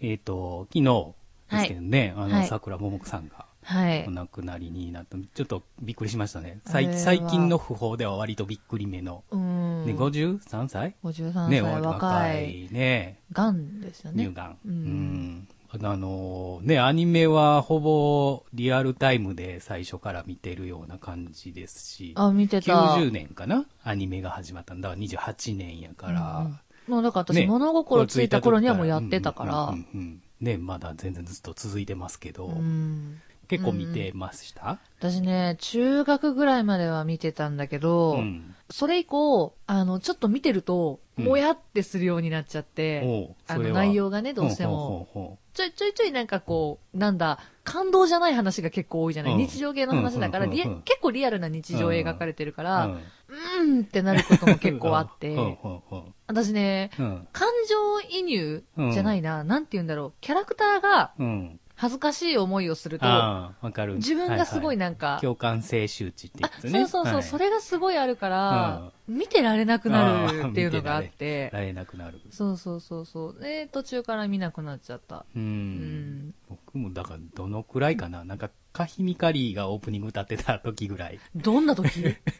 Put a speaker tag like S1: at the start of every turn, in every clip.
S1: えっ、と、昨日ですけどね、
S2: い
S1: あ
S2: は
S1: の、
S2: い
S1: 桜ももくさんが
S2: はい
S1: お。亡くなりになって、ちょっとびっくりしましたね。最
S2: あれは
S1: 最近の訃報では割とびっくりめの。
S2: うん。
S1: ね、53歳
S2: 53歳、
S1: ね、
S2: 若い。
S1: ね、
S2: がんですよね。
S1: 乳がん。
S2: う
S1: うんん。あのね、アニメはほぼリアルタイムで最初から見てるような感じですし、
S2: あ、見てた。
S1: 90年かなアニメが始まったんだ。28年やから。
S2: うんもうだから私、
S1: ね
S2: 物心ついた頃にはもうやってたか
S1: う
S2: ら
S1: んうん。うんうんね、まだ全然ずっと続いてますけど、
S2: うん。
S1: 結構見てました、
S2: 私ね、中学ぐらいまでは見てたんだけど、
S1: うん
S2: それ以降、あの、ちょっと見てると、
S1: うん
S2: もやってするようになっちゃって、
S1: おう
S2: あ
S1: それ
S2: の、
S1: は
S2: 内容がね、どうしても。
S1: ほうほうほうほ
S2: ちょいちょいちょいなんかこう、なんだ、感動じゃない話が結構多いじゃない、
S1: うん
S2: 日常系の話だから、
S1: うんうんうんうん
S2: リア結構リアルな日常描かれてるか
S1: う
S2: ら、
S1: う
S2: うんーんってなることも結構あって、
S1: うんうんうん
S2: 私ね、
S1: うん
S2: 感情移入じゃないな、なんて言うんだろう、キャラクターが
S1: うん
S2: 恥ずかしい思いをすると、
S1: ああわかる
S2: 自分がすごいなん
S1: は
S2: か
S1: は、共感性周知ってやつね
S2: あそうそうそう、
S1: はい
S2: それがすごいあるから、見てられなくなるっていうのがあっ
S1: あ
S2: て、
S1: られなくなる
S2: そうそうそうそう、で、途中から見なくなっちゃった。
S1: うん、
S2: うん
S1: 僕もだからどのくらいかななんかカヒミカリーがオープニング歌ってた時ぐらい
S2: どんな 時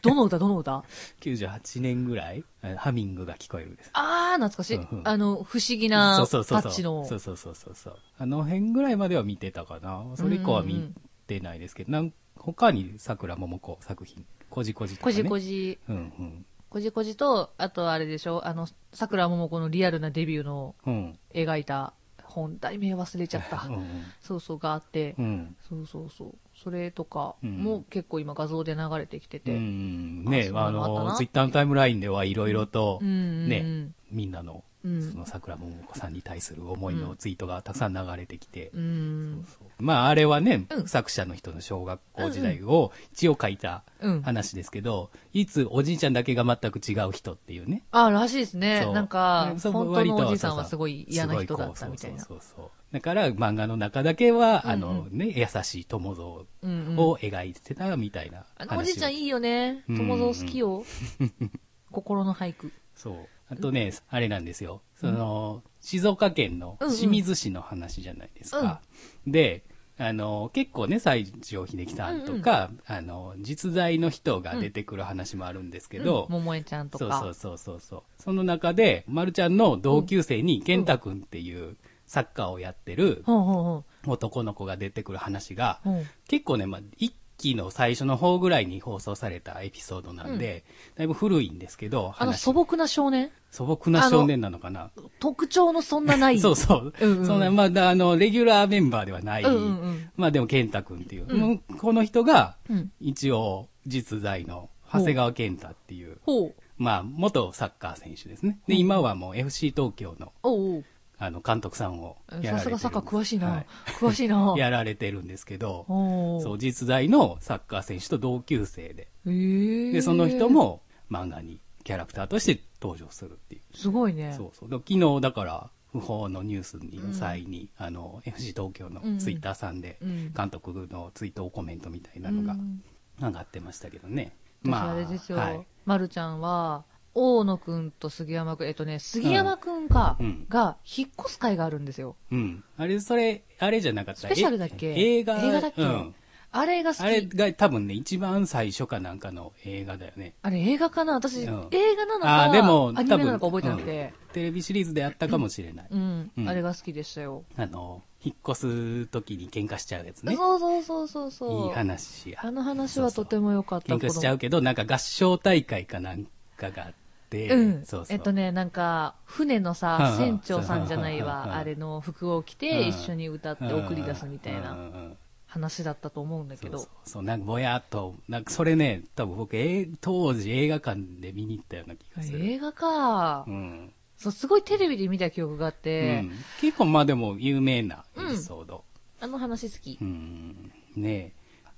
S2: どの歌どの歌
S1: 98年ぐらいあハミングが聞こえるです
S2: あー、懐かしい。
S1: うんうん
S2: あの、不思議なタ
S1: そうそうそうそう
S2: ッチの。
S1: そうそうそうそうそうあの辺ぐらいまでは見てたかなそれ以降は
S2: うんう
S1: 見
S2: ん
S1: てないですけど、なん他にさくらももこ作品こじこじとか、
S2: こ
S1: ね、
S2: じこ
S1: じ
S2: じ、
S1: うんうん
S2: こじこじと、あとあれでしょ、あの、桜桃子のリアルなデビューの
S1: うん
S2: 描いた本、題名忘れちゃった
S1: う。ん
S2: そうそう、があって
S1: う、ん
S2: そうそうそう。それとか
S1: うん
S2: も結構今画像で流れてきて
S1: う
S2: て。
S1: んね
S2: あ
S1: あ
S2: そうなのあっ
S1: の
S2: たな
S1: ツイッターのタイムラインではいろいろと、
S2: うんうんうん。
S1: ねみんなの
S2: うん
S1: そのさくらももこさんに対する思いのツイートがたくさん流れてきて、
S2: うん。
S1: そうまああれはね、
S2: うん
S1: 作者の人の小学校時代を一応書いた
S2: うん。
S1: 話ですけど、いつおじいちゃんだけが全く違う人っていうね
S2: あ、らしいですね。
S1: そう
S2: なんか、
S1: そう
S2: 本当
S1: 割と
S2: のおじいさん
S1: そう
S2: は
S1: そう
S2: すごい嫌な人だったみたいな
S1: す。ごこうそうそうそうだから漫画の中だけは、
S2: うんう
S1: あ
S2: ん
S1: のね、優しい友蔵を
S2: うんうん
S1: 描いてたみたいな
S2: あ
S1: 話
S2: のおじいちゃん
S1: を
S2: いいよね。
S1: うん
S2: 友蔵好きよ。心の俳句。
S1: そうあとね、あれなんですよその、静岡県の
S2: うんうん
S1: 清水市の話じゃないですか、であの結構ね西城秀樹さんとか、あの実在の人が出てくる話もあるんですけど、
S2: うん桃江ちゃんと
S1: そう
S2: か。
S1: そうそうそうそう。その中で、まるちゃんの同級生に、健太くんっていうサッカーをやってる
S2: ほうほ
S1: 男の子が出てくる話が
S2: う、ほう。うん
S1: 結構ね、まあ、一期の最初の方ぐらいに放送されたエピソードなんで、だいぶ古いんですけど、
S2: あの
S1: 話
S2: 素朴な少年
S1: 素朴な少年なのかな。
S2: 特徴のそんなな い。
S1: そうそう。
S2: うんうん
S1: そんな、まだ、あの、レギュラーメンバーではない。
S2: うんうんうん
S1: まあでも、健太くんっていう、
S2: うん
S1: もうこの人が、
S2: うん。
S1: 一応、実在の長谷川健太っていう、
S2: ほう。
S1: まあ、元サッカー選手ですね。で、
S2: うん
S1: 今はもう FC 東京の、
S2: おうおう。
S1: あの、監督さんをやられ
S2: さ
S1: て
S2: す
S1: る
S2: がサッカー詳しいな。
S1: は
S2: 詳しいな。
S1: いやられてるんですけど、
S2: お。
S1: そうう、実在のサッカー選手と同級生で、
S2: へえ
S1: で、その人。も漫画にキャラクターとして登場するっていう。
S2: すごいね。
S1: そうそう。で昨日、だから、不法のニュースにの際に、あの、FC 東京のツイッターさんで、
S2: うん
S1: 監督の追悼コメントみたいなのが
S2: うん
S1: 上がってましたけどね。
S2: 私あれですよ。
S1: はい。
S2: まるちゃんは、大野くんと杉山くん、えっとね、杉山くんか、
S1: うん
S2: が、引っ越す会があるんですよ。
S1: うん。あれ、それ、あれじゃなかった。
S2: スペシャルだっけ
S1: え映画。
S2: 映画だっけ
S1: うん。
S2: あれが好き。
S1: あれが多分ね、一番最初かなんかの映画だよね。
S2: あれ映画かな私、
S1: うん
S2: 映画なの
S1: あ
S2: か、
S1: ーでも
S2: アニメなのか覚えてなくて。
S1: テレビシリーズであったかもしれない。
S2: うん、
S1: うん
S2: あれが好きでしたよ。
S1: あの、引っ越す時に喧嘩しちゃうやつね。
S2: そうそうそうそうそう。
S1: いい話や
S2: あ。の話はとても良かった。
S1: 喧嘩しちゃうけど、なんか合唱大会かなんかがあって、
S2: うん。
S1: そうそう。
S2: えっとね、なんか、船 の
S1: うんう、
S2: さ
S1: ん
S2: 船長さんじゃな
S1: うん
S2: い
S1: うんうん
S2: わ、あれの服を着
S1: う
S2: て
S1: ん
S2: 一緒に歌って送り出すみたい
S1: うんう
S2: なん
S1: うん
S2: 話だったと思うんだ
S1: そ
S2: け
S1: うそう
S2: ど。
S1: そう、なんかぼやっと、なんかそれね、多分僕、えー当時映画館で見に行ったような気がする。
S2: 映画か
S1: う。ん。
S2: そう、すごいテレビで見た記憶があっ
S1: う
S2: て
S1: ん、結構まあでも有名なエピソード。
S2: あの話好き
S1: う。ん。ね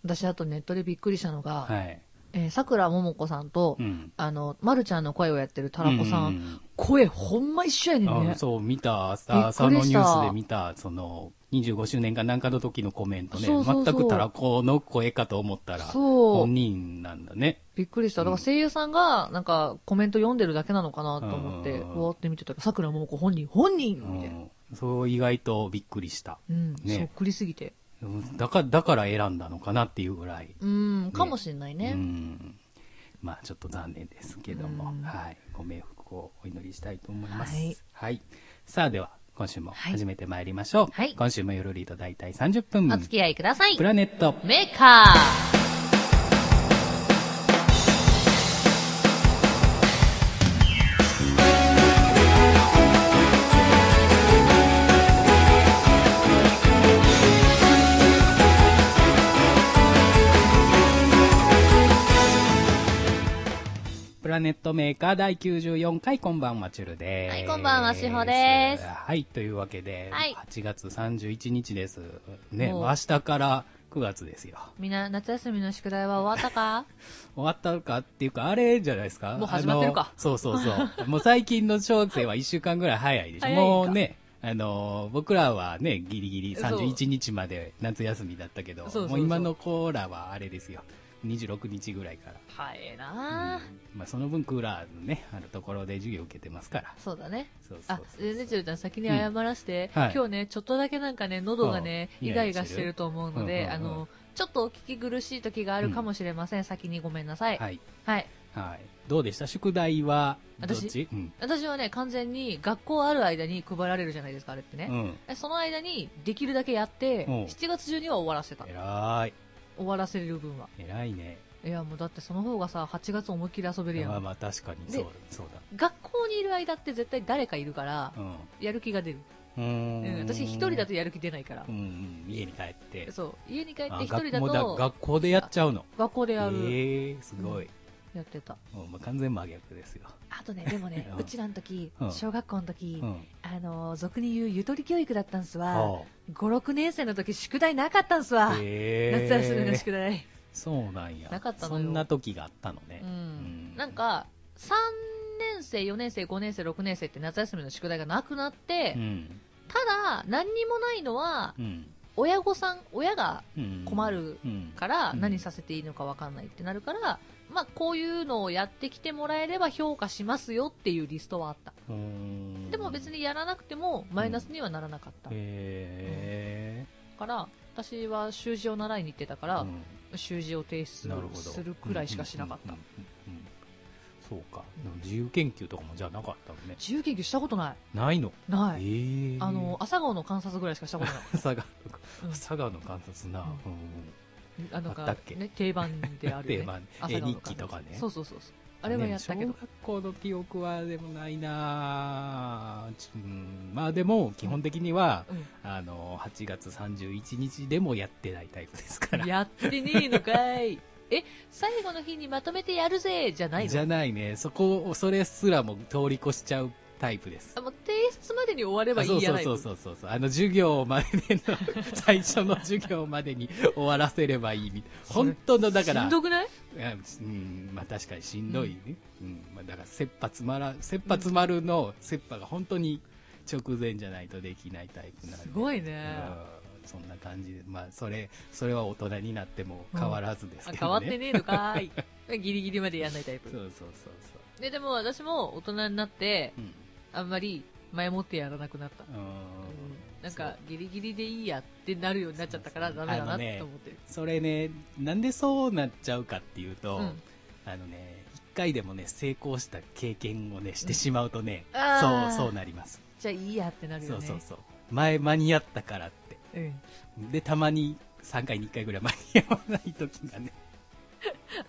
S2: 私、あとネットでびっくりしたの
S1: え。
S2: が、
S1: はい。
S2: えー桜ももこさんと
S1: う、ん。
S2: あの、まるちゃんの声をやってるたらこさ、
S1: うんん
S2: 声ほんま一緒やねん
S1: あ
S2: ね。
S1: そう、見た、
S2: びっくりし
S1: 朝
S2: た
S1: 朝のニュースで見た、その、25周年かなんかの時のコメントね、
S2: そうそうそ
S1: 全
S2: う
S1: くたらこの声かと思ったら、
S2: そう
S1: 本人なんだね。
S2: びっくりした。だか
S1: う
S2: ら
S1: ん
S2: 声優さんが、なんか、コメント読んでるだけなのかなと思って、
S1: うん
S2: うわーって見てたら、桜ももこ本人、本人
S1: う
S2: みたいな。
S1: んそう意外とびっくりした。
S2: うん、
S1: ね
S2: そっくりすぎて。
S1: うんだから、だから選んだのかなっていうぐらい。
S2: うん、かもしれないうね。
S1: ん。まあちょっと残念ですけども、
S2: うん
S1: はい。ご冥福をお祈りしたいと思います。は
S2: はいい。
S1: さあでは、今週も
S2: はい
S1: 始めてまいりましょう。
S2: はい
S1: 今週も夜リード大体30分。
S2: お付き合いください
S1: プ。ラネット。
S2: メーカー
S1: プラネットメーカー第94回、こんばんは、チュルです。
S2: はいこんばんはしほです
S1: はい、というわけで、
S2: はい
S1: 8月31日です。ね、
S2: もう
S1: 明日から9月ですよ。
S2: みんな夏休みの宿題は終わったか
S1: 終わったかっていうか、あれじゃないですか。
S2: もう始まってるか
S1: あのそうそう そう。もう最近の小学生は1週間ぐらい早いでしょ。
S2: 早いんか
S1: もうね、あの、僕らはね、ギリギリ31日まで夏休みだったけど、
S2: そうそうそう
S1: もう今の子らはあれですよ。26日ぐらいから。
S2: 早いなぁ、
S1: うんまあ、その分クーラーのね、あるところで授業受けてますから。
S2: そうだね。
S1: そうそう
S2: あ
S1: そう、
S2: 全然ちょちゃん先に謝らせて、
S1: うんはい
S2: 今日ね、ちょっとだけなんかね、喉がね、
S1: うん
S2: イガイガしてると思うの
S1: う
S2: で、
S1: んうん
S2: あの、ちょっとお聞き苦しい時があるかもしれません。先にごめんなさい。はい。
S1: はい。はい。どうでした宿題は、どっ
S2: 私
S1: ちうん。
S2: 私はね、完全に学校ある間に配られるじゃないですか、あれってね。
S1: うん。
S2: でその間にできるだけやって、
S1: うん
S2: 7月中には終わらせた
S1: え。らい。
S2: 終わらせる分は。
S1: えらいね。
S2: いや、もうだってその方がさ、8月思いっきり遊べるや
S1: まあ
S2: ん。
S1: まあ確かに、
S2: で
S1: そう、そう
S2: 学校にいる間って絶対誰かいるから
S1: だ。、うん。
S2: やる気が出る。
S1: う
S2: うんん、私一人だ
S1: と
S2: とやる気出ないから
S1: う。んうん、家に帰って。
S2: そう。家に帰って
S1: あ
S2: 一人だ
S1: 学もう
S2: と、
S1: 学校でやっちゃうの。
S2: 学校で
S1: え
S2: やる。
S1: えすごい。
S2: やってた。
S1: もうまあ完全真逆ですよ。
S2: あとね、でもね
S1: う、ん
S2: うちらの時
S1: う、ん
S2: 小学校の時
S1: う、ん。
S2: あのー、俗に言うゆとり教育だったんすわ。
S1: あ
S2: 5、6年生の時宿題なかったんすわ
S1: あ。。ええ
S2: 夏休みの宿題。
S1: そうなんや。
S2: なかったの
S1: そ
S2: よ
S1: んな時があったのね
S2: う。
S1: うん
S2: ん。なんか、3年生、4年生、5年生、6年生って夏休みの宿題がなくなって
S1: う、ん。
S2: ただ、何にもないのは、
S1: うん。
S2: 親御さん、親が
S1: うん
S2: 困る
S1: うん
S2: から
S1: うん
S2: 何させていいのか分かんないってなるから、まあこういうのをやってきてもらえれば評価しますよっていうリストはあった。
S1: うん
S2: でも別にやらなくてもマイナスにはならなかった。
S1: へ
S2: から、私は習字を習いに行ってたか
S1: え
S2: ら、
S1: うん
S2: 習字を提出
S1: なるほど
S2: するくらいしかしなかっ
S1: う
S2: た
S1: ん。うんうんうんそうかでも自由研究とかもじゃあなかったのね
S2: 自由研究したことな
S1: ないの
S2: い。ない。
S1: ええ
S2: あの、朝顔の観察ぐらいしかしたことない。
S1: 佐賀とか
S2: うん
S1: 佐賀の観察な、
S2: う
S1: う
S2: あの
S1: あったっけ
S2: ね、定番であ
S1: ん、
S2: る
S1: 定
S2: よね。
S1: 番
S2: 朝
S1: 絵
S2: 顔の
S1: 日
S2: 観
S1: 記
S2: 察
S1: とかね
S2: そうそうそうそう。あれはやったけど。
S1: ね小学校の記憶はでもないなぁうんまあでも基本的には、
S2: うん
S1: あの8月31日でもやってないタイプですから
S2: やってねえのかい。 え、最後の日にまとめてやるぜじゃない
S1: じ
S2: の
S1: ゃないねそこをそれすらも通り越しちゃうタイプです
S2: あもう提出までに終われば
S1: あ
S2: い
S1: そ
S2: いうや
S1: そう
S2: ない
S1: そう
S2: の
S1: そうそうそうあの授業までの 最初の授業までに終わらせればいいみたいな本当のだから
S2: しんどくない
S1: いやうんまあ確かにしんどいね、うんまあ、だから切羽詰まら切羽詰まるの切羽が本当に直前じゃないとできないタイプなんです
S2: ごい
S1: うん
S2: ね。
S1: そんな感じでまあそれそれは大人になっても変わらずです
S2: あ
S1: け
S2: 変
S1: ど
S2: わっ
S1: ね、
S2: てねえのか い。ギリギリまでやらないタイ
S1: そ
S2: プ。
S1: うそうそうそう
S2: で、でも私も大人になって、
S1: うん
S2: あんまり前もってやらなくなった。うんなんか、ギリギリでいいやってなるようになっちゃったから
S1: そう
S2: ダメだな
S1: あの
S2: っ
S1: ね
S2: て思ってる。
S1: そうそれねなんでそうなっちゃうかっていうと、
S2: うん
S1: あのね一回でもね成功した経験をねしてしまうとね、
S2: うんあー
S1: そうそうなります、
S2: じゃあいいやってなる
S1: そ
S2: よ
S1: う
S2: ね。
S1: そうそう前間に合ったからって
S2: うん。
S1: で、たまに3回に1回ぐらい間に合わない時がね、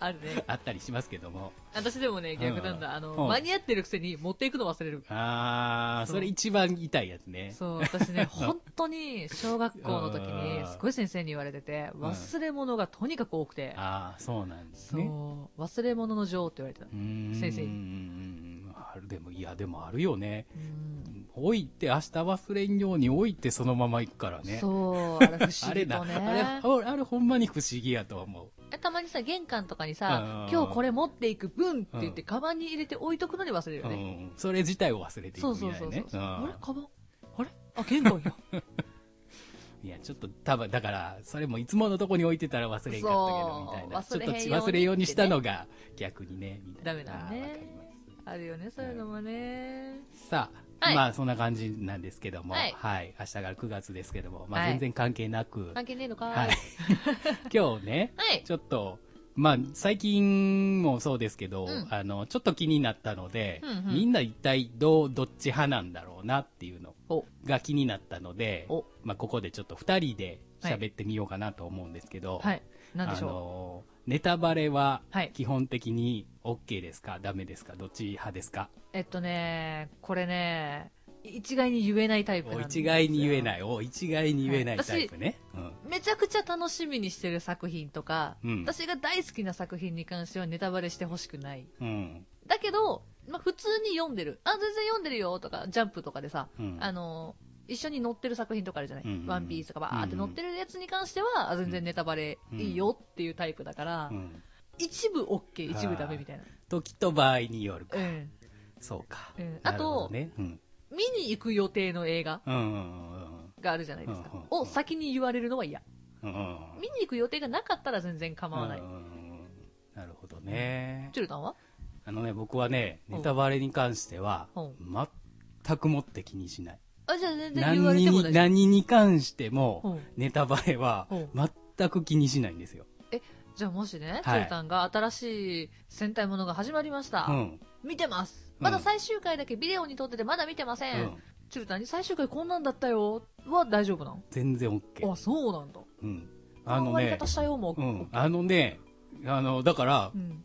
S2: あるね。
S1: あったりしますけども。
S2: 私でもね、逆なん
S1: うん
S2: だ。あの、
S1: うん
S2: 間に合ってるくせに持っていくの忘れる。
S1: あー、
S2: そ
S1: そうれ一番痛いやつね。
S2: そう、私 ね、本当に小学校の時
S1: う
S2: に
S1: ん、
S2: すごい先生に言われてて、
S1: ん
S2: 忘れ物がとにかく多くて、
S1: あー、そうなんです
S2: そ
S1: ね。
S2: う、忘れ物の女王って言われてた。
S1: うーん
S2: 先生
S1: う
S2: に
S1: んうんうんあるでも、いや、でもあるよね。
S2: うん
S1: 置いて、明日忘れんように置いてそのまま行くからね。
S2: そう、あれ不思
S1: あれ
S2: 議
S1: な、
S2: と
S1: あれ、
S2: ね
S1: あ。れ、あれほんまに不思議やと思
S2: たまにさ、玄関とかに
S1: う
S2: さ
S1: ん、
S2: 今日これ持っていく分って言って、
S1: うん
S2: カバンに入れて置いとくのに忘れる
S1: う。
S2: よね。
S1: うん。それ自体を忘れていく
S2: そう
S1: みた
S2: そ
S1: いうな
S2: そう
S1: ね
S2: そう。。
S1: うん
S2: あれカバンあれあ、玄関 や。
S1: いや、ちょっと、多分だから、それもいつものとこに置いてたら忘れんかったけ
S2: そ
S1: ど、
S2: う
S1: みたいな。ちょ
S2: 忘
S1: っ
S2: れ
S1: と
S2: へんように
S1: ち忘れようにしたのが、逆にね、みたいな。
S2: ダメだ
S1: あ
S2: ね
S1: ーわかります
S2: あるよね、そういうのもね。
S1: さあ、
S2: はい
S1: まあそんな感じなんですけども、
S2: は
S1: はいい、明日から9月ですけども、まあ
S2: はい
S1: 全然関係なく、
S2: 関係ねえのかーい。
S1: はい。 今日ね、
S2: はい
S1: ちょっと、まあ、最近もそうですけど、
S2: うん
S1: あの、ちょっと気になったので、
S2: うんうん
S1: みんな一体どう、どっち派なんだろうなっていうの
S2: お
S1: が気になったので
S2: お、
S1: まあ、ここでちょっと二人で喋ってみようかなと思うんですけど、
S2: はい。なんで
S1: あ
S2: しょ
S1: の、ネタバレは
S2: はい
S1: 基本的に OK ですか、ダメですかどっち派ですか
S2: う。えっとね、これね、一概に言えないタイプなん
S1: お
S2: ですよ
S1: 一概に言えない。お一概に言えない
S2: はい
S1: タイプね。うん
S2: めちゃくちゃ楽しみにしてる作品とか、
S1: うん
S2: 私が大好きな作品に関してはネタバレしてほしくない。
S1: うん。
S2: だけど、まあ、普通に読んでる。あ、全然読んでるよとか、ジャンプとかでさ、
S1: うん
S2: あのー一緒に載ってる作品とかあるじゃない、
S1: うんうんうん
S2: ワンピースとかバーって載ってるやつに関しては、あ全然ネタバレいいよっていうタイプだから、
S1: うん。
S2: 一部 OK、一部ダメみたいな。
S1: 時と場合によるか。
S2: うん。
S1: そうか。
S2: うん
S1: なるほどね。うん。
S2: 見に行く予定の映画
S1: うんうんうん
S2: があるじゃないですか
S1: うんうん。うん
S2: を先に言われるのは嫌。
S1: うんうん
S2: 見に行く予定がなかったら全然構わない。
S1: うんうんうんなるほどね
S2: チュルタンは
S1: あのね僕はね
S2: うん
S1: ネタバレに関しては
S2: う
S1: 全くもって気にしない
S2: あ、じゃあ全然言わ
S1: 何
S2: れて
S1: に
S2: も大丈夫。
S1: 何に関しても
S2: うん
S1: ネタバレは
S2: うん
S1: 全く気にしないんですよ
S2: じゃあもしね、
S1: い
S2: チュルタンが新しい戦隊ものが始まりました。
S1: うん
S2: 見てます。
S1: うん
S2: まだ最終回だけビデオに撮っててまだ見てませ。
S1: うんん
S2: チュルタンに最終回こんなんだったよ。は大丈夫な
S1: 全然
S2: の
S1: OK
S2: あ、そうなんだ。
S1: うん
S2: あ
S1: あ
S2: の
S1: の
S2: 割り
S1: ね
S2: 方したよ、もう。
S1: うんあのねあのだから
S2: うん。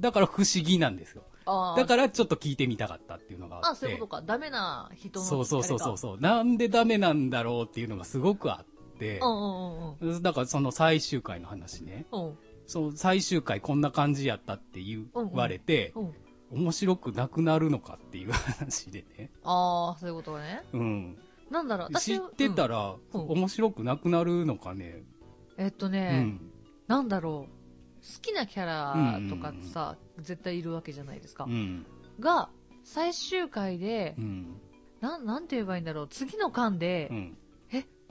S1: だから不思議なんですよ
S2: あ
S1: だ
S2: ー
S1: からちょっと聞いてみたかったっていうのがあ
S2: あ、
S1: って
S2: そういうことか。ダメな人の。
S1: そうそうそうそう
S2: う。
S1: そうなんでダメなんだろうっていうのがすごくあって
S2: うんうんうん
S1: だからその最終回の話ね。
S2: うん。
S1: その最終回こんな感じやったって言われて、
S2: うん。
S1: 面白くなくなるのかっていう話でね。
S2: ああ、そういうことね。
S1: うん。
S2: なんだろう、
S1: 知
S2: 私
S1: ってたら、
S2: うん
S1: 面白くなくなるのかね。
S2: うんえっと
S1: う
S2: ね、
S1: ん。
S2: なんだろう、好きなキャラとかさ、絶対いるわけじゃないですか。
S1: うん。
S2: が、最終回で
S1: う、ん。
S2: なん、なんて言えばいいんだろう、次の巻で、
S1: うん。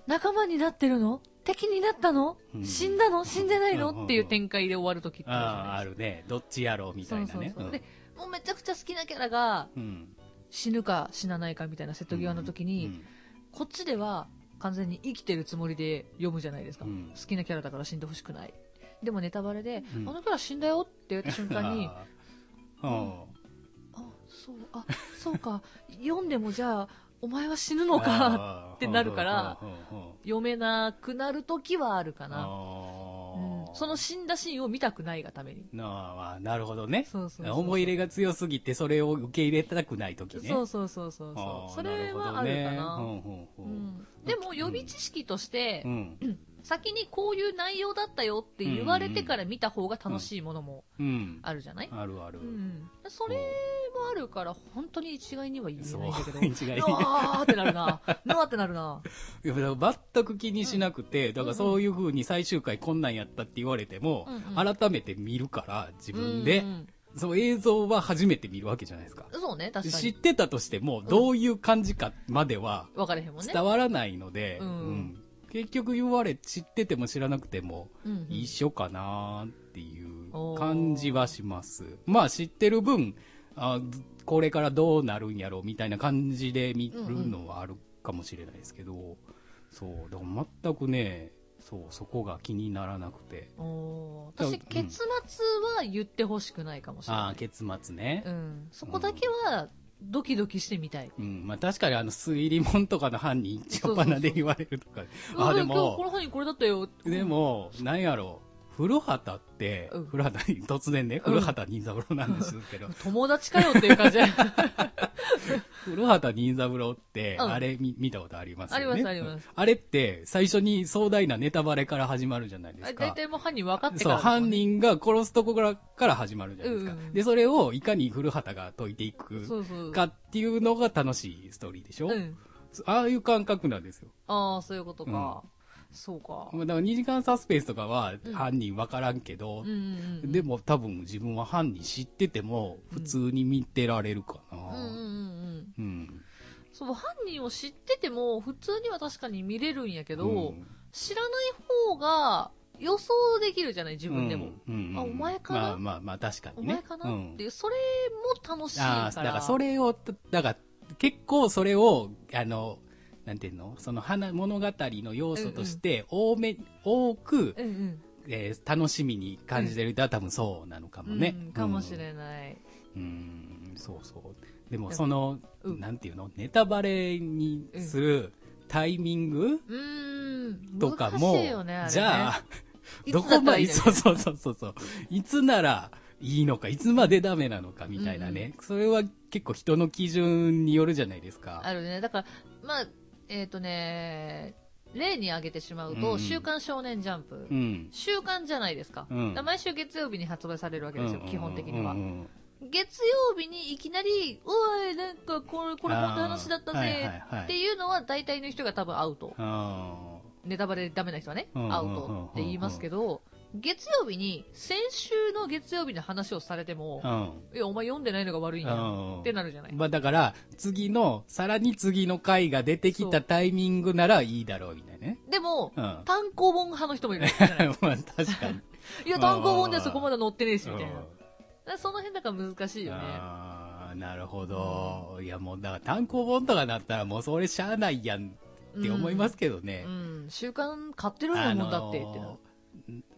S2: 仲間になってるの敵になったの、
S1: うん
S2: 死んだの死んでないの、
S1: うん
S2: っていう展開で終わるときってるじゃ
S1: ああ、
S2: な
S1: あ
S2: いですか。
S1: るね。どっちやろうみたいなね。
S2: そうそうそう
S1: うん
S2: でもうめちゃくちゃ好きなキャラが
S1: うん。
S2: 死ぬか死なないかみたいな瀬戸際の時に、こっちでは完全に生きてるつもりで読むじゃないですか、
S1: うん
S2: 好きなキャラだから死んでほしくないでもネタバレで、
S1: うん
S2: あのキャラ死んだよって言った瞬
S1: うん。
S2: 間にあ
S1: ああうん
S2: そうあそうか読んでもじゃあお前は死ぬのか
S1: ああ
S2: ってなるから
S1: うんうんうんうん
S2: 読めなくなる時はあるかな、うん
S1: ああ
S2: その死んだシーンを見たくないがために
S1: なあ、なるほどね。
S2: そうそうそう
S1: 思い入れが強すぎて、それを受け入れたくないときね。
S2: そうそうそうそう
S1: あ
S2: そう
S1: ー
S2: それはあるかな
S1: るほどねほうほうほう
S2: うんでも予備知識として、
S1: うん
S2: 先にこういう内容だったよって言われてから見た方が楽しいものも
S1: うん
S2: あるじゃない、
S1: あるある。
S2: うん、それもあるから本当に一概には言え
S1: そう
S2: ないんだけど
S1: 違い
S2: 「 うわーってなるな「うわーってなるない
S1: やだから全く気にしなくて、だからそういうふうに最終回こんなんやったって言われても、
S2: うん
S1: 改めて見るから、自分で、
S2: うん
S1: その映像は初めて見るわけじゃないですか。
S2: うんそうね確か
S1: 知っ
S2: に
S1: てたとしても、どういう感じかまでは
S2: 分かれへんもんね
S1: 伝わらないので、
S2: うん
S1: うん結局言われ、知ってても知らなくても、
S2: うんうん
S1: 一緒かなっていう感じはします。まあ知ってる分あ、これからどうなるんやろうみたいな感じで見るのはあるかもしれないですけど、そう、だから全くね、そう、そこが気にならなくて。
S2: おー
S1: だ
S2: 私
S1: うん
S2: 結末は言ってほしくないかもしれ
S1: あ
S2: な
S1: あ、
S2: い、
S1: 結末ね
S2: う。ん、そこだけはドキドキしてみたい
S1: うん、まあ確かにあの推理本とかの犯人一丁鼻で言われるとか。あ、で
S2: うん今日こ
S1: も、
S2: の本にこれだったよ
S1: でも、なんやろう。古畑って、
S2: うん
S1: 古畑に、突然ね、古畑任三郎なんですけど、
S2: 友達かよっていう感じ
S1: 古畑任三郎って、
S2: うん
S1: あれ見見たことありますよね
S2: ありますあります
S1: うんあれって、最初に壮大なネタバレから始まるじゃないです
S2: 大
S1: か。
S2: 体もう犯人分かってか
S1: そう、
S2: らだもん
S1: 犯
S2: ね
S1: 人が殺すとこからから始まるじゃないですか。
S2: うんうん
S1: で、それをいかに古畑が解いてい
S2: そ
S1: く
S2: うそう
S1: かっていうのが楽しいストーリーでしょ、
S2: うん
S1: ああいう感覚なんですよ。
S2: ああそういうことか、そうか
S1: だから2時間サスペンスとかは
S2: うん
S1: 犯人わからんけど、
S2: うんうんうん
S1: でも多分自分は犯人知ってても普通に見てられるかな。
S2: うんうんうんうん
S1: うん。
S2: そう犯人を知ってても普通には確かに見れるんやけど、
S1: ん
S2: 知らない方が予想できるじゃない自分でも、
S1: うんうんうん
S2: あお前かな
S1: まあまあまあ確か
S2: お
S1: にね
S2: 前かな、
S1: うん
S2: っていうそれも楽しいか
S1: あ
S2: ら
S1: あだからそれをだから結構それを、あの、なんていうのその花物語の要素として多め、多く、
S2: うんうん
S1: えー楽しみに感じてる人は多分そうなのかもね。
S2: うんかもしれない、
S1: うん、そうそう。でもその、
S2: うん
S1: なんていうのネタバレにするタイミング
S2: うーん
S1: とかも、
S2: 難しいよねあれね
S1: じゃあ、
S2: いつ
S1: ど
S2: だったら
S1: こま
S2: いい
S1: で、
S2: の
S1: そうそうそうそうそう、いつならいいのか、いつまでダメなのかみたいなね、それは結構人の基準によるじゃないですか。
S2: あるねだからまあえっ、とね例に挙げてしまうと「
S1: うん
S2: 週刊少年ジャンプ」
S1: うん。
S2: 週刊じゃないですか,、
S1: うん
S2: 毎週月曜日に発売されるわけですよ、基本的には、
S1: うんうんうん
S2: 月曜日にいきなり「おいなんかこれこれ本当話だった
S1: あーはいは
S2: ぜ」
S1: いはい
S2: っていうのは大体の人が多分アウト
S1: あ
S2: ネタバレダメな人はね、
S1: うん
S2: アウトって言いますけど、月曜日に先週の月曜日の話をされても、
S1: ーうん
S2: いやお前読んでないのが悪いん
S1: う
S2: や
S1: ん
S2: ってなるじゃない、
S1: まあだから、次の、さらに次の回が出てきたタイミングならいいだろうみたいなね。
S2: でも、
S1: うん。ま
S2: 単行本派の人 もいるわけじゃない
S1: あ確 かに。
S2: いや単行本ではそこまで載ってねえしみたいな、
S1: うん
S2: だからその辺だから難しいよね
S1: あーなるほど。いやもう、だから単行本とかなったらもうそれしゃあないやんって思いますけどね
S2: う。ん、週刊買ってるん
S1: あ
S2: やも
S1: の
S2: んだってってなる
S1: ー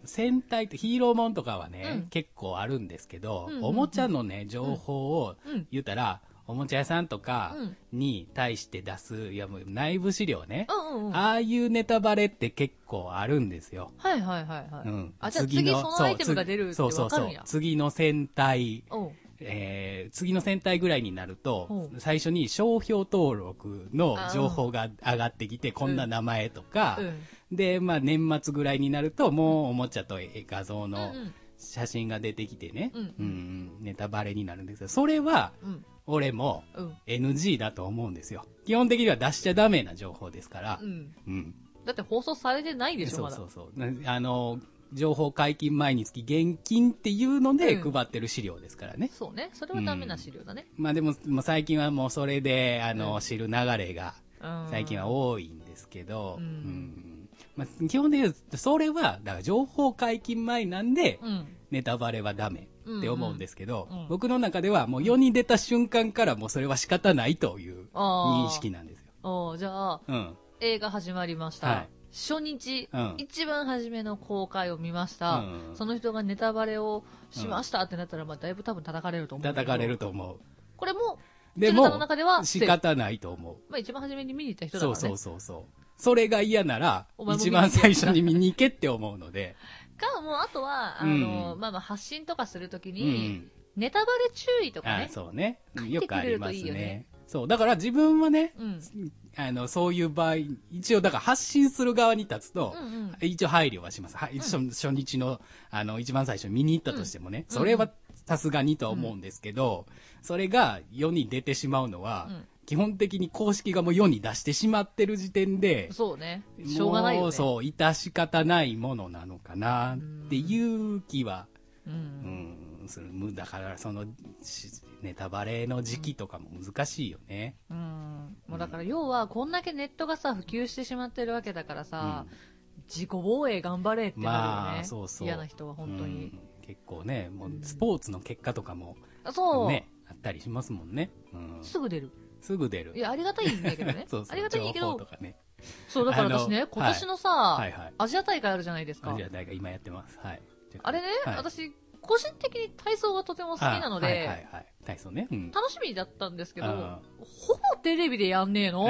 S1: 戦隊ってヒーローもんとかはね、
S2: うん
S1: 結構あるんですけど、
S2: うんうんうん
S1: おもちゃのね、情報を
S2: うん
S1: 言ったら、おもちゃ屋さんとか
S2: うん
S1: に対して出す、いやもう内部資料ね、
S2: うんうんうんはい
S1: ああいうネタバレって結構あるんですよ。
S2: はいはいはい、
S1: うん。
S2: あじゃあ次
S1: の
S2: そのアイテムが出るって
S1: そう
S2: わ
S1: そう
S2: か
S1: そ
S2: るん
S1: う
S2: や。
S1: 次の戦隊、
S2: おう
S1: えー次の戦隊ぐらいになると
S2: う、ん
S1: 最初に商標登録の情報が上がってきて、こんな名前とか、
S2: うん
S1: で、まあ年末ぐらいになると、もうおもちゃと画像の
S2: うん
S1: 写真が出てきてね、
S2: うん
S1: うんネタバレになるんですけど、それは
S2: うん
S1: 俺も
S2: うん、
S1: NG だと思うんですよ。基本的には出しちゃダメな情報ですから
S2: う、ん、
S1: うん。
S2: だって放送されてないでしょ
S1: そ
S2: ま
S1: う
S2: だ
S1: そうそう。なあの、情報解禁前につき現金っていうので
S2: うん
S1: 配ってる資料ですからね。
S2: そうねそれはダメな資料だね、
S1: まあでも、もう最近はもうそれで、あの、
S2: うん
S1: 知る流れが
S2: うん
S1: 最近は多いんですけど、
S2: うん
S1: うんまあ、基本的にそれは、だから情報解禁前なんで、
S2: うん
S1: ネタバレはダメって思うんですけど、
S2: うんうんうん
S1: 僕の中ではもう世に出た瞬間からもうそれは仕方ないという
S2: あー
S1: 認識なんですよ。
S2: おうじゃあ
S1: うん。
S2: 映画始まりました、
S1: はい
S2: 初日、
S1: うん
S2: 一番初めの公開を見ました、
S1: うん
S2: その人がネタバレをしましたってなったら、まあ、だいぶ多分叩かれると思う
S1: 叩かれると思
S2: これも
S1: う。で
S2: 口の中の
S1: も
S2: 中では、
S1: 仕方ないと思う。
S2: まあ、一番初めに見に行った人だか
S1: そ
S2: ら
S1: う
S2: ね
S1: そうそうそう。それが嫌なら
S2: お、前も見
S1: 一
S2: に行け
S1: 番最初に見に行けって思うので。
S2: か、もうあとは、あの、まあまあ発信とかするとき
S1: うん
S2: に、ネタバレ注意とか
S1: あ
S2: ね。
S1: そうね。
S2: 帰っ
S1: よ
S2: て
S1: く
S2: く
S1: あ
S2: れ
S1: り
S2: ると
S1: ます
S2: いいよね
S1: ね。そう。だから自分はね、
S2: うん。
S1: あの、そういう場合、一応、だから発信する側に立つと
S2: うん、うん。
S1: 一応配慮はします。はい、初初日の、あの、一番最初に見に行ったとしてもね、それはさすがにとは思うんですけど、それが世に出てしまうのは、
S2: うん
S1: 基本的に公式がもう世に出してしまってる時点で、
S2: そうね。しょうがないよ
S1: も
S2: ね。
S1: うそう、致し方ないものなのかなっていう気は、
S2: う。
S1: うんん、する。むだから、その、しネタバレの時期とかも難しいよね。
S2: うん。もうだから、要は、こんだけネットがさ、普及してしまってるわけだからさ、
S1: う
S2: 自己防衛頑張れってなるよ
S1: ま
S2: ね
S1: あ。そうそう
S2: 嫌な人は
S1: ん
S2: 本当
S1: う
S2: に。
S1: ん結構ね、もう
S2: うん
S1: スポーツの結果とかも
S2: あそう。
S1: ね、あったりしますもんね。うん、
S2: すぐ出る。
S1: すぐ出る。
S2: い。や、ありがたいんだけどね
S1: そうそう
S2: ありがたいんだけ
S1: 情報
S2: ど
S1: と、かね。
S2: そう、だから私
S1: あ
S2: ね
S1: の、
S2: 今年の
S1: は
S2: さ
S1: い、はい。
S2: アジア大会あるじゃないです
S1: あ
S2: か
S1: じゃ。あ、誰か今やってます。はい。
S2: あれね、
S1: はい
S2: 私、個人的に体操がとても好きなの
S1: あはいは
S2: で、
S1: いはい。体操ね。うん。
S2: 楽しみだったんですけど、
S1: あ
S2: ほぼテレビでやんね えの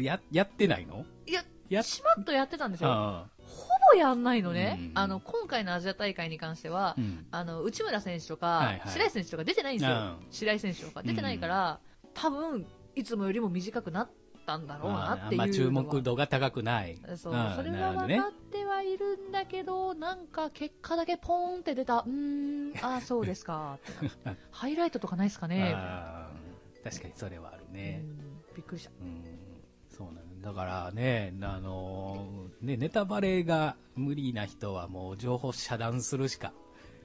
S1: や、やってないの
S2: いや、
S1: やっ
S2: しまっとやってたんですよ。
S1: あ
S2: ほぼやんないのね。
S1: うん
S2: あの、今回のアジア大会に関しては、
S1: ーうん。
S2: あの、内村選手とか、
S1: はいはい
S2: 白井選手とか出てないんですよ。
S1: うん
S2: 白井選手とか出てないから、多分、いつもよりも短くなったんだろう
S1: ま
S2: な
S1: あ
S2: っ
S1: あん
S2: ていうのは。
S1: ま注目度が高くない。
S2: そう、
S1: ん
S2: それ
S1: な
S2: は
S1: るほど
S2: 分
S1: ね
S2: かってはいるんだけど、なんか結果だけポーンって出た、うーん、ああ、そうですかってな ってハイライトとかないですかね、
S1: あー確かにそれはある
S2: う
S1: ね。
S2: んびっくりした。
S1: うん。そうなんだ。だからね、あのーね、ネタバレが無理な人はもう情報遮断するしか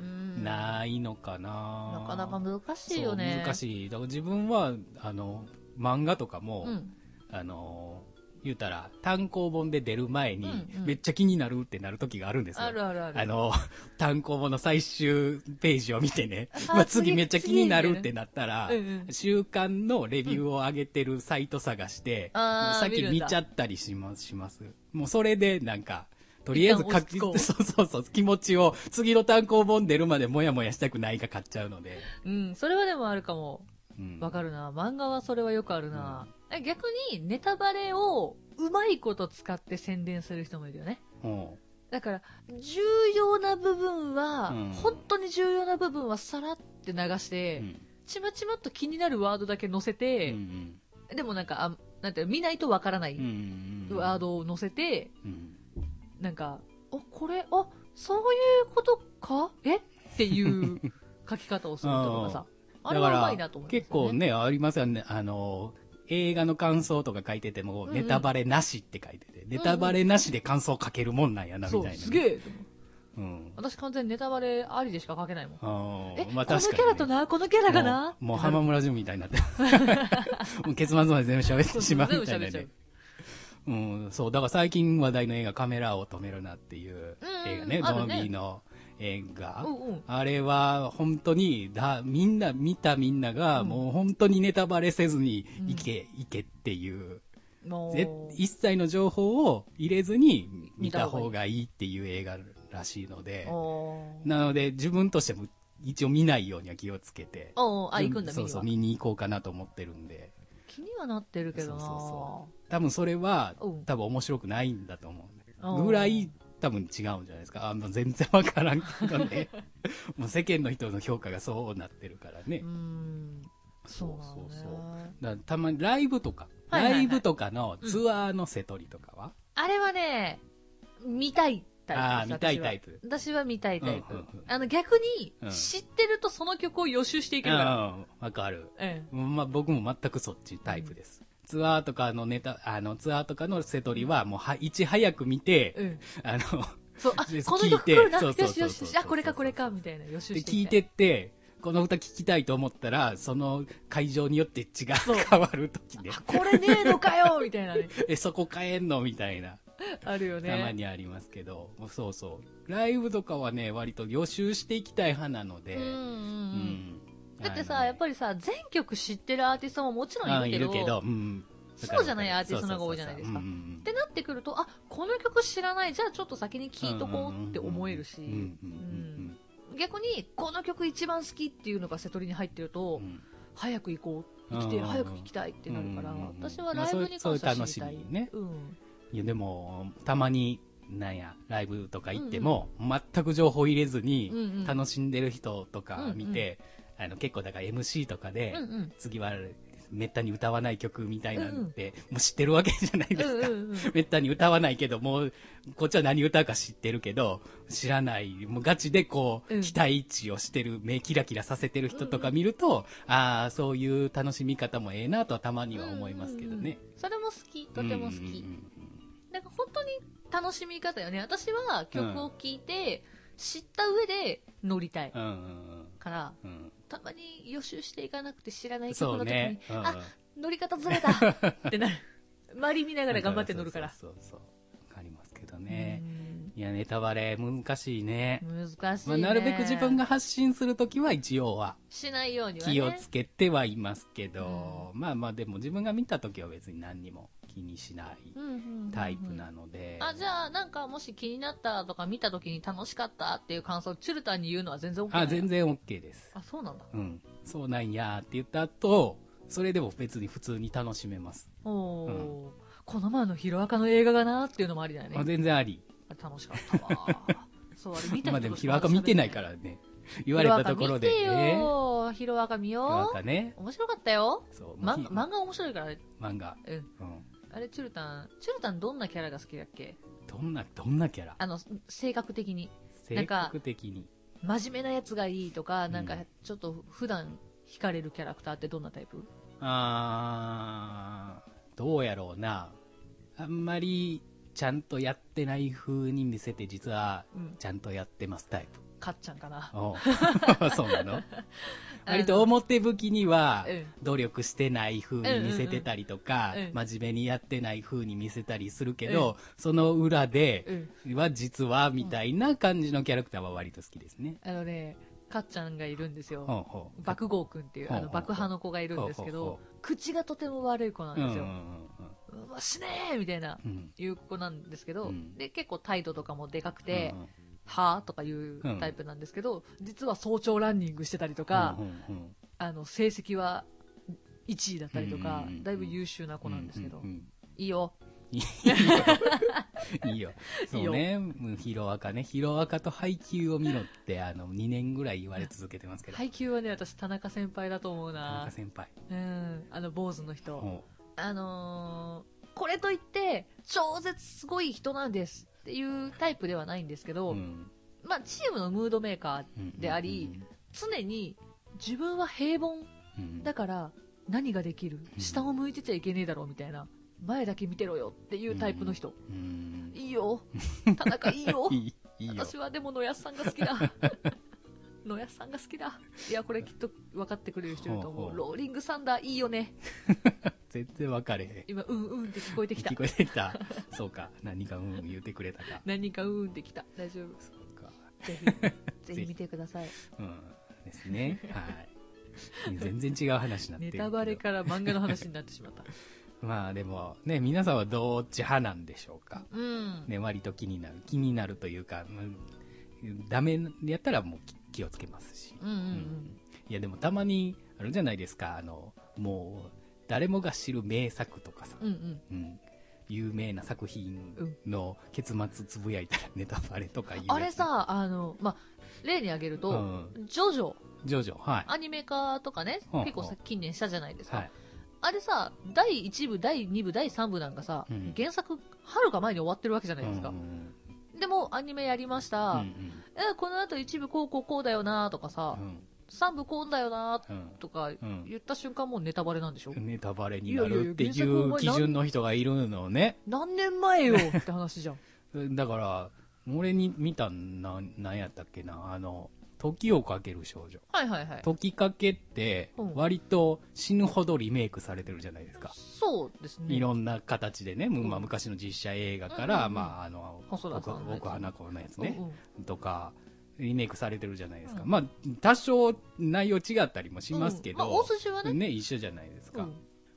S2: うん
S1: ないのかな。
S2: なかなか難しいよね。
S1: そう難しい。だから自分は、あの、漫画とかも、
S2: うん
S1: あのー言うたら、単行本で出る前に
S2: うんう、ん
S1: めっちゃ気になるってなる時があるんですよ。
S2: あるあるある
S1: あの、単行本の最終ページを見てね、
S2: あ
S1: まあ
S2: 次
S1: 次めっちゃ気になるってなったら、
S2: 次にねうんうん
S1: 週刊のレビューを上げてるサイト探して、
S2: あー
S1: さっき
S2: 見るん
S1: 見
S2: だ
S1: ちゃったりします、します。もうそれでなんか、とりあえず
S2: 一旦
S1: 書
S2: 落ち
S1: き、そ
S2: 着こ
S1: う
S2: う
S1: そうそう、気持ちを次の単行本出るまでもやもやしたくないが買っちゃうので。
S2: うん、それはでもあるかも。
S1: うん
S2: わかるな。漫画はそれはよくあるな。え逆に、ネタバレをうまいこと使って宣伝する人もいるよね。
S1: うん
S2: だから、重要な部分は、
S1: うん
S2: 本当に重要な部分はさらって流して、
S1: うん
S2: ちまちまっと気になるワードだけ載せ
S1: う
S2: て、
S1: ん
S2: でもなんか、あなんていうの見ないとわからな
S1: うんう
S2: い
S1: んうん
S2: ワードを載せて、
S1: うん
S2: なんか、お、これ、あ、そういうことかえっていう書き方をするとかさ。あれ
S1: だか
S2: は
S1: ら
S2: うまいなと思います、
S1: 結構。ね、ありますよね。あの、映画の感想とか書いてても、
S2: うんうん
S1: ネタバレなしって書いてて、ネタバレなしで感想書けるもんなんやな、みたい
S2: そ
S1: な
S2: う、
S1: ね。
S2: すげえと思う
S1: うん。
S2: 私完全にネタバレありでしか書けないもん。
S1: あ
S2: え、
S1: ーまあ
S2: この
S1: 確かに
S2: キ
S1: ね
S2: ャラとな、このキャラがな
S1: もうもう浜村淳みたいにな って。もう結末まで全部喋ってしまうみたいな
S2: そうそう全部喋っちゃ
S1: ね。うん、そう、だから最近話題の映画、カメラを止めるなっていう
S2: うん
S1: 映画ね、
S2: あ
S1: ゾ
S2: る
S1: ン
S2: ね
S1: ビの映画。
S2: うんうん。
S1: あれは本当にだ、みんな、見たみんなが、
S2: うん
S1: もう本当にネタバレせずに、いけ、いけっていう、
S2: も
S1: ぜ
S2: う、
S1: 一切の情報を入れずに見
S2: 見
S1: た
S2: た方
S1: 方
S2: が
S1: がいいっていう映画らしいので、
S2: おー
S1: なので自分としても一応見ないようには気をつけて、
S2: おーあ、行くんだ、
S1: そう
S2: 右
S1: そう、
S2: は
S1: 見に行こうかなと思ってるんで、
S2: 気にはなってるけどな
S1: そうそうそ多分それは、
S2: うん
S1: 多分面白くないんだと思うんで
S2: うん
S1: ぐらい、多分違うんじゃないですか。あもう全然わからんけど ね。もう世間の人の評価がそうなってるからね。
S2: うーん。そうなんだ、ね、
S1: そうそうだからたまにライブとか、
S2: はいはいはい
S1: ライブとかのツアーの瀬取りとかは、
S2: あれはね、見たいタイプです。
S1: ああ、
S2: 私
S1: 見
S2: は
S1: たいタイプ。
S2: 私は見たいタイプ。
S1: うんうんうん
S2: あの、逆に
S1: うん、
S2: 知ってるとその曲を予習していけるから。
S1: ああわかる。
S2: え
S1: まあ、僕も全くそっちタイプです。ツアーとかのネタ、あの、ツアーとかの瀬取りは、もうは、いち早く見て、
S2: え。うん。
S1: あの、
S2: そう、あ、こ
S1: 聞いて
S2: の曲来るな。
S1: そう
S2: よ
S1: そうそう
S2: しよしよし。あ、これかこれか、みたいな。予習
S1: で
S2: してみ
S1: 聞い
S2: たい。
S1: てって、この歌聞きたいと思ったら、その会場によって違う
S2: そう
S1: 変わるときで、
S2: あ、これねえのかよみたいなね。
S1: え、そこ変えんのみたいな、
S2: あるよね。
S1: たまにありますけど、もうそうそう。ライブとかはね、割と予習していきたい派なので、
S2: うんう
S1: う
S2: んうん。
S1: ん
S2: だって
S1: あの
S2: さ、やっぱりさ、全曲知ってるアーティストももちろ
S1: あ
S2: んいるけど、っ
S1: うんだから
S2: そうじゃないアーティストの方が多いじゃないですか
S1: そうそうそううんうん
S2: てなってくると、あ、この曲知らない、じゃあちょっと先に聴いとこうって思えるし、
S1: うんうん
S2: 逆に、この曲一番好きっていうのが瀬戸りに入ってる
S1: う
S2: と
S1: んう、ん
S2: 早く行こう、行き
S1: う
S2: て、
S1: ん
S2: 早く聴きたいってなるから、
S1: うん
S2: 私はライブに関しては知りたい。
S1: まあそういうそういう楽しみね
S2: うん。
S1: いやでもたまになんやライブとか行っても、全く情報入れず
S2: うん
S1: に
S2: うん
S1: 楽しんでる人とか見て、あの結構だから MC とかで、
S2: うんうん。
S1: 次はめったに歌わない曲みたいなんて、もう知ってるわけじゃないですか、
S2: うんうんうん。
S1: めったに歌わないけど、もう、こっちは何歌うか知ってるけど、知らない、もうガチでこう、
S2: うん
S1: 期待値をしてる、目キラキラさせてる人とか見ると、ああ、そういう楽しみ方もええなとはたまには思いますけどね。
S2: うんうんうん。それも好き、とても好き。
S1: うん
S2: なんか本当に楽しみ方よね。私は曲を聴いて、知った上で乗りたい
S1: うんうんうん。
S2: から、
S1: うんうん
S2: たまに予習していかなくて知らな
S1: う
S2: い
S1: ん。
S2: 曲
S1: そう
S2: の時に、
S1: ね。うん
S2: あ、乗り方ずれた ってなる。周り見ながら頑張って乗るから。
S1: そうそうそうそう。わかりますけどね
S2: う。ん
S1: いや、ネタバレ難しいね。
S2: 難しい、
S1: まあ、
S2: ね
S1: なるべく自分が発信するときは一応は
S2: しないようにはね。
S1: 気をつけてはいますけど、まあまあでも自分が見た時は別に何にも気にしない
S2: うんうんうんうん
S1: タイプなので、
S2: あ、じゃあ、なんか、もし気になったとか見た時に楽しかったっていう感想をチュルタンに言うのは全然 OK
S1: あ全然
S2: 然。
S1: OK です、
S2: あ、そうなんだ。
S1: うん、そうなんやって言った後それでも別に普通に楽しめます、
S2: おお、この前のヒロアカの映画がなっていうのもありだよね
S1: まあ、。全然あり
S2: あれ楽しかったわ。 そう、あれ見た
S1: まあでもヒロアカ見てないからね言
S2: 言
S1: われたところで
S2: ヒロアカ見て
S1: えー
S2: よ。ヒロアカ見
S1: ヒロア
S2: よ
S1: カね
S2: う。面白かったよ。
S1: そう
S2: 漫
S1: ひ
S2: 画漫画面白いから、あれ
S1: 漫画、
S2: うん。
S1: うん、
S2: あれ、チュルタン、チュルタンどんなキャラが好きだっけ
S1: どんなどんなキャラ
S2: あの、性格的に。な
S1: 性
S2: んか
S1: 格的に
S2: 真面目なやつがいいとか、
S1: ん
S2: なんか、ちょっと普段惹かれるキャラクターってどんなタイプ
S1: あーどうやろうな。あんまりちゃんとやってない風に見せて、実は
S2: うん
S1: ちゃんとやってますタイプ。
S2: かっちゃんかな。
S1: お うそうなの割と表向きには
S2: うん
S1: 努力してない風に見せてたりとか、
S2: うんうんうん
S1: 真面目にやってない風に見せたりするけど、その裏では実はみたいな感じのキャラクターは割と好きですね。
S2: あのね、かっちゃんがいるんです
S1: ほ
S2: よ。
S1: うほう
S2: 爆豪くんっていう、あ
S1: ほう
S2: の
S1: ほう
S2: 爆破の子がいるんで
S1: ほう
S2: すけ
S1: ほう
S2: ど
S1: ほ、
S2: 口がとても悪い子なん
S1: うんうん
S2: です
S1: うん
S2: よ。うわ、死ねーみたいな、
S1: うんうん
S2: いう子なんですけ
S1: う
S2: ど
S1: ん、
S2: で、結構態度とかもでかくて
S1: う、ん
S2: はぁとかいうタイプなんですけど、実は早朝ランニングしてたりとか
S1: う、んうんうん
S2: あの、成績は1位だったりとか
S1: うんうんう、ん
S2: だいぶ優秀な子なんですけど
S1: う、ん
S2: いいよ。
S1: うんい いよ。そうね。うんヒロアカね。ヒロアカと配給を見ろって、あの、2年ぐらい言われ続けてますけど。
S2: 配給はね、私、田中先輩だと思う
S1: 田中
S2: な。
S1: 先輩。
S2: うん、あの、坊主の人。
S1: おう
S2: あのーこれといって、超絶すごい人なんですっていうタイプではないんですけど、
S1: うん
S2: まあ、チームのムードメーカ
S1: うん
S2: ーであり、常に自分は平
S1: う
S2: 凡
S1: んうん
S2: だから何ができる
S1: うん
S2: 下を向いてちゃいけねえだろうみたいな、前だけ見てろよっていうタイプの人。
S1: うん
S2: い いよ。田中いいよ
S1: い。いいいよ。
S2: 私はでも野安さんが好きだ。 野安さんが好きだ。いや、これきっと分かってくれる人いると思う。
S1: ほうほう
S2: ローリングサンダーいいよね。
S1: 全然分かれへん。
S2: 今、うんうんって聞こえてきた
S1: 聞。こえてきた。そうか。何かうん言ってくれたか。
S2: 何かうんってきた。大丈夫。
S1: そうか。
S2: ぜひ、ぜひ見てください。
S1: うん。ですね。はい。全然違う話になって
S2: ネ
S1: るけど
S2: タバレから漫画の話になってしまった。
S1: まあでも、ね、皆さんはどっち派なんでしょうか。
S2: うん。
S1: ね、割と気になる。気になるというか、うんダメやったらもう気気をつけますし。
S2: うんうんう。
S1: うんいや、でもたまにあるじゃないですか。あの、もう、誰もが知る名作とかさ。
S2: うんうん。
S1: うん、有名な作品の結末つぶやいたらネタバレとか言うやつ
S2: あれ、さ、あの、ま、例に挙げる
S1: う
S2: と、
S1: ん、
S2: ジョジョ、
S1: ジョジョはい、
S2: アニメ化とかね、
S1: うん
S2: 結構さ近年したじゃないです
S1: は
S2: か。
S1: い、
S2: あれさ、第1部、第2部、第3部なんかさ
S1: うん、
S2: 原作、はるか前に終わってるわけじゃないですか
S1: うんう。ん
S2: でも、アニメやりました。
S1: うん
S2: え、この後1部こうこうこうだよなとかさ
S1: う、ん
S2: 3部こうだよな
S1: うん
S2: とか
S1: うん
S2: 言った瞬間もうネタバレなんでしょ
S1: うんネタバレになるっていう
S2: い
S1: 基
S2: やいやいや原作お前
S1: 準の人がいるのね
S2: 何年前よって話じゃん。
S1: だから俺に見たななんやったっけなあの「時をかける少女」
S2: はいはいはい。
S1: 「時かけ」って
S2: うん
S1: 割と死ぬほどリメイクされてるじゃないですか、
S2: そうですね。
S1: いろんな形でね、まあ、
S2: うん
S1: 昔の実写映画か
S2: うんうん
S1: ら、
S2: うん
S1: まあ、あの
S2: 細田
S1: 奥
S2: さんのやつ
S1: 奥花子のやつね、
S2: うんうん
S1: とかリメイクされてるじゃないですか、
S2: うん
S1: まあ多少内容違ったりもしますけど、
S2: うんまあ、大筋はね、
S1: ね一緒じゃないです
S2: う
S1: か、
S2: ん、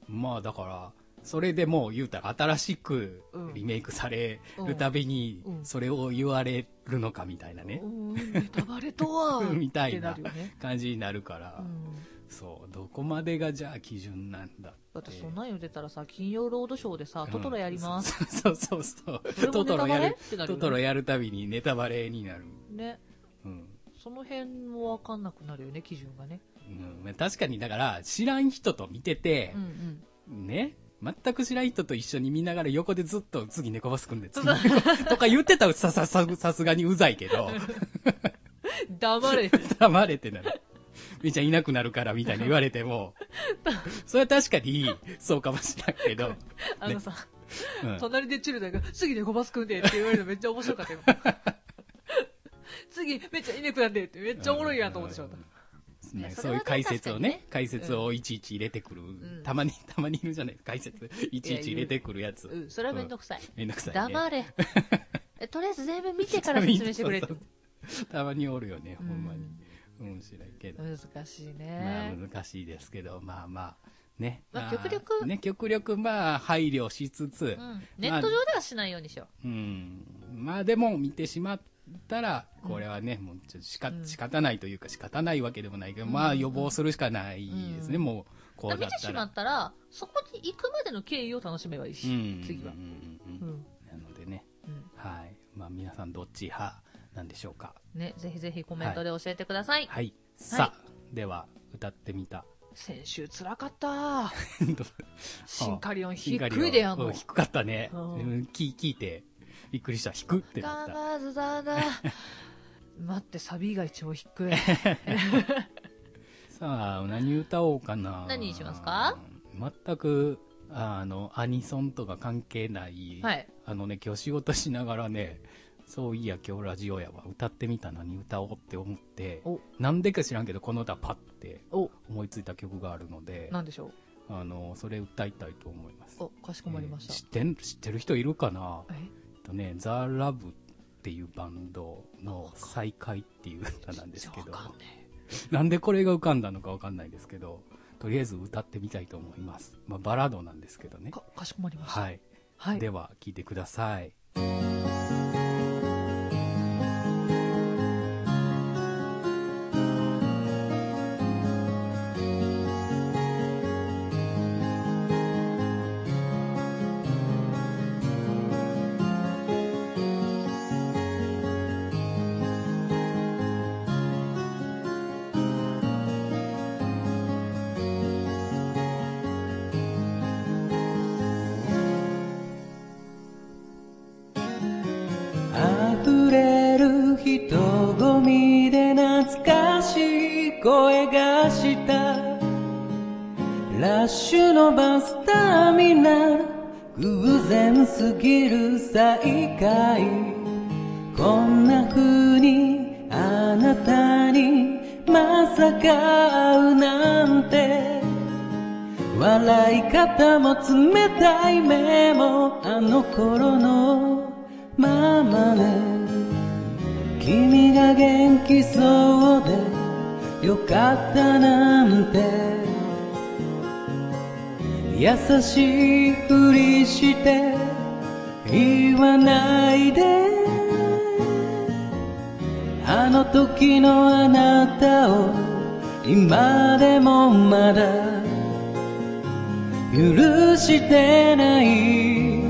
S1: まあだからそれでもう言うたら新しく
S2: うん
S1: リメイクされるたびに
S2: うん
S1: それを言われるのかみたいなね、
S2: うんネタバレとは
S1: みたいな
S2: ってなるよね。
S1: 感じになるから、
S2: うん
S1: そうどこまでがじゃあ基準なんだ
S2: だってそんなん言ってたらさ、金曜ロードショーでさ、トトロやります。
S1: す、 そうそうそう
S2: それも
S1: トトロや
S2: ネタバレ
S1: る
S2: ってなる
S1: ト
S2: よね
S1: トロやるたびにネタバレになる、
S2: ね。
S1: うん
S2: その辺も分かんなくなるよね、基準がね。
S1: うんまあ確かにだから知らん人と見てて
S2: うん、うん。
S1: ね全く知らん人と一緒に見ながら横でずっと次猫バスくんで 次猫とか言ってたらささささすがにうざいけど
S2: 黙れ。
S1: 黙れってなる。みーちゃんいなくなるからみたいに言われても、それは確かにそうかもしれんけど、
S2: あのさ、
S1: うん
S2: 隣でチルダが、次猫バス組んでって言われるのめっちゃ面 白かったよ。次、めっちゃいなくなんでって、めっちゃおもろいやんと思ってしまった。
S1: うん
S2: ね
S1: そういう解説をね解説をいちいち入れてくる、
S2: ん
S1: たまにたまにいるじゃない解説いちいち入れてくるやつ
S2: うん、それはめんどくさい。
S1: めんどくさいね
S2: 黙れ。えとりあえず全部見てから説明してくれって
S1: そう。そう たまにおるよねほ
S2: うん
S1: んまに面白いけど、
S2: 難しい
S1: まあ
S2: ね。
S1: 難しいですけどまあまあね、
S2: まあ極力
S1: ね極力まあ配慮しつつ
S2: うん。ネット上ではしないようにしよ
S1: うん、まあでも見てしまったらこれはね、もうちょっとしか
S2: うん
S1: 仕方ないというか仕方ないわけでもないけど、
S2: うん
S1: まあ予防するしかないですね、
S2: うん
S1: もう
S2: う。
S1: こ
S2: だ
S1: う
S2: か
S1: だっ
S2: ら見て
S1: た
S2: しま
S1: ら
S2: ったら、そこに行くまでの経緯を楽しめばいいし、
S1: うん
S2: 次は
S1: う。んうん
S2: う
S1: うん
S2: ん。
S1: なのでね
S2: うん
S1: はいまあ皆さんどっち派なんでしょうか
S2: ね、ぜひぜひコメントで教えてください。
S1: はい、さあでは歌ってみた
S2: 先週辛かった。
S1: どう
S2: シンカリオン
S1: シン
S2: 低
S1: ガリオ
S2: いでやん
S1: う
S2: の。
S1: 低かったね。
S2: う
S1: うんん、聞聞いて、びっくりした。低ってなった。
S2: 必ず だな。待って、サビが一応低い。
S1: さあ、何歌おうかな。
S2: 何にしますか
S1: 全く、あの、アニソンとか関係ない。
S2: はい。
S1: あのね、今日仕事しながらね、そういや今日ラジオやわ歌ってみた何歌おうって思って
S3: お
S1: なんでか知らんけどこの歌パッて
S3: お
S1: 思いついた曲があるので
S3: なんでしょう
S1: あのそれ歌いたいと思います
S3: おかしこまりまし
S1: えー知
S3: た、
S1: ってん知ってる人いるかな
S3: え
S1: えっとねザ・ラブっていうバンドの「再会」っていう歌なんですけ
S3: じ
S1: ど
S3: ゃあわかんね
S1: なんでこれが浮かんだのかわかんないですけどとりあえず歌ってみたいと思います、まあ、バラードなんですけど
S3: え
S1: ね
S3: かかしこまりました
S1: はい、
S3: はい
S1: では聴いてください
S4: 溢れる人混みで懐かしい声がしたラッシュのバスターミナル偶然すぎる再会こんな風にあなたにまさか会うなんて笑い方も冷たい目もあの頃のままね君が元気そうでよかったなんて優しいふりして言わないであの時のあなたを今でもまだ許してない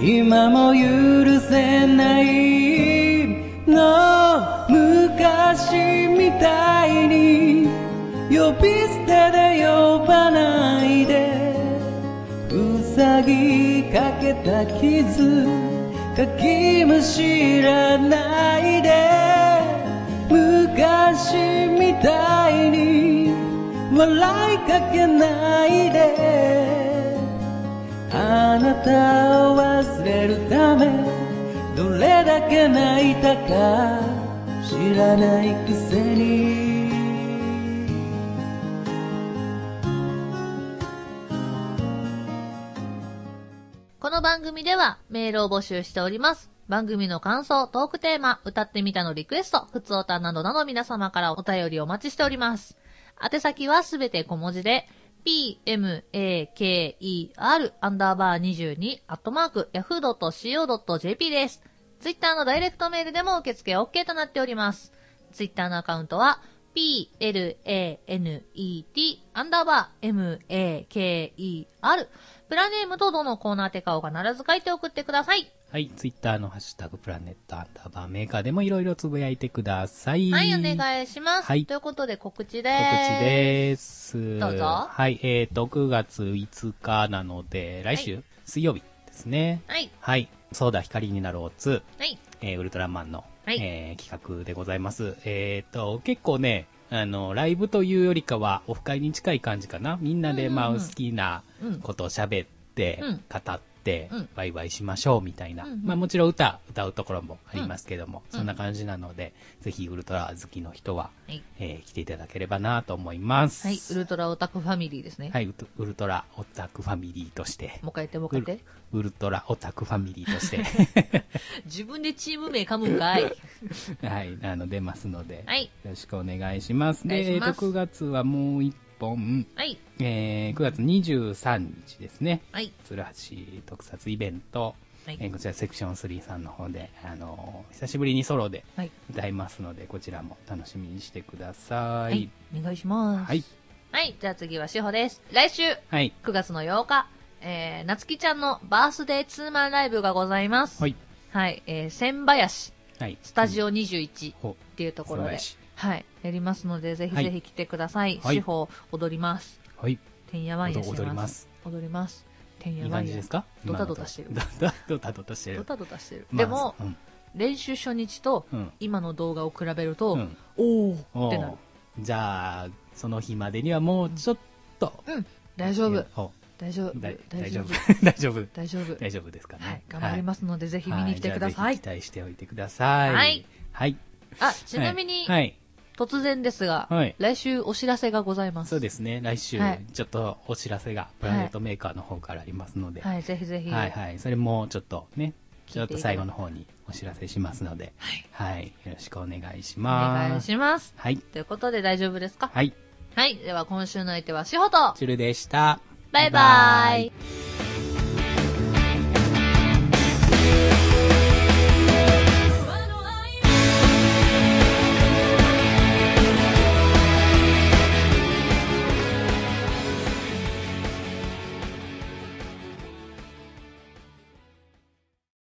S4: 今も許せないの昔みたいに呼び捨てで呼ばないでうさぎかけた傷かきむしらないで昔みたいに笑いかけないであなたを忘れるためどれだけ泣いたか知らないくせに
S2: この番組ではメールを募集しております。番組の感想、トークテーマ、歌ってみたのリクエスト、ふつおたなどなど皆様からお便りお待ちしております。宛先はすべて小文字で、p, m, a, k, e, r, アンダーバー22、アットマーク、yahoo.co.jp です。ツイッターのダイレクトメールでも受付 OK となっております。ツイッターのアカウントは、p, l, a, n, e, t, アンダーバー m, a, k, e, r、プラネームとどのコーナーてかを必ず書いて送ってください。
S1: はいツイッターの「ハッシュタグプラネットアンダーバーメーカー」でもいろいろつぶやいてください
S2: はい、お願いします。
S1: はい
S2: ということで告知で
S1: 告
S2: す。
S1: 知です。
S2: どうぞ
S1: はい、えーと、9月5日なので、来週、水曜日ですね。
S2: はい、
S1: はい、ソーダ光になろう2、
S2: はい、
S1: えーウルトラマンの、
S2: はい
S1: えー企画でございます。えーと、結構ね、あの、ライブというよりかは、オフ会に近い感じかな。みんなで、
S2: うんうんうん
S1: まあ、好きな
S2: うん
S1: ことを喋って、
S2: うん
S1: 語って
S2: うん、
S1: バイバイしましょうみたいな。
S2: うんうん
S1: まあ、もちろん歌、歌うところもありますけども、
S2: うん
S1: そんな感じなので、ぜひ、ウルトラ好きの人は、
S2: はい。
S1: えー来ていただければなと思います。
S2: はい、ウルトラオタクファミリーですね。
S1: はいウルトウルトラオタクファミリーとして、
S2: もう一回言って、もう
S1: ウ
S2: 一
S1: ル
S2: 回言って。
S1: ウルトラオタクファミリーと して、
S2: 自分でチーム名噛む んかい。
S1: はい、あの、出ますので、
S2: はい
S1: よろしくお願いします。
S2: お願い
S1: で、
S2: し
S1: え
S2: ます
S1: ーと、9月はもう一本、
S2: はい、
S1: えー、9月23日ですね、
S2: はい、
S1: 鶴橋特撮イベント、
S2: はい
S1: えーこちらセクション3さんの方で、あのー久しぶりにソロで
S2: はい、
S1: 歌いますので、こちらも楽しみにしてくださ
S2: はい
S1: い。、
S2: お願いします。
S1: はい。
S2: はい、じゃあ次はしほです。来週、
S1: はい。
S2: 9月の8日、えー、なつきちゃんのバースデーツーマンライブがございます。。
S1: はいい。
S2: はい、えー、千林、
S1: はい。
S2: スタジ
S1: オ、
S2: オ21っ
S1: ほ
S2: ていうところで、
S1: 千
S2: はい、やりますので、ぜひ
S1: はい
S2: ぜひ来てください。
S1: はい
S2: しほ踊ります。
S1: はい。
S2: てんやわんやします。
S1: 踊ります。
S2: 踊ります。てんや
S1: いい
S2: わん
S1: 感じ
S2: や
S1: です。か
S2: ドタドタしてる
S1: 今のとドタドタして
S2: ド
S1: る。
S2: タドタしてる。
S1: まあ
S2: でも、
S1: うん
S2: 練習初日と
S1: うん
S2: 今の動画を比べると、
S1: うん
S2: お
S1: お
S2: お
S1: う
S2: ってなる。
S1: じゃあ、その日までにはもうちょっと。
S2: うん、大丈夫。
S1: おう
S2: 大丈夫。
S1: だ
S2: 大
S1: い大丈
S2: 丈
S1: 夫
S2: 夫。。
S1: 大丈夫。
S2: 大丈夫。
S1: 大丈夫ですかね。
S2: はい。頑張りますので、ぜひ見に来てくださ
S1: はいじゃあぜひ。期待しておいてください。
S5: はい。
S1: はい。
S2: あ、
S5: ちなみに、
S1: はい。
S2: 突然ですが、
S1: はい
S2: 来週お知らせがございます。
S1: そうですね。来週
S2: はい、
S1: ちょっとお知らせが、プラネットメーカーの方からありますので。
S2: はい、ぜひぜひ。
S1: はいはい。それもちょっとね、ちょっと
S2: 聞いていただ
S1: 最後の方にお知らせしますので、はい。よろしくお願いし
S5: お
S1: ます。
S5: 願いします。
S1: はい。
S5: ということで大丈夫ですか
S1: はい。
S5: はい。では今週の相手はしほと、
S1: チュルでした。
S5: バイバイ。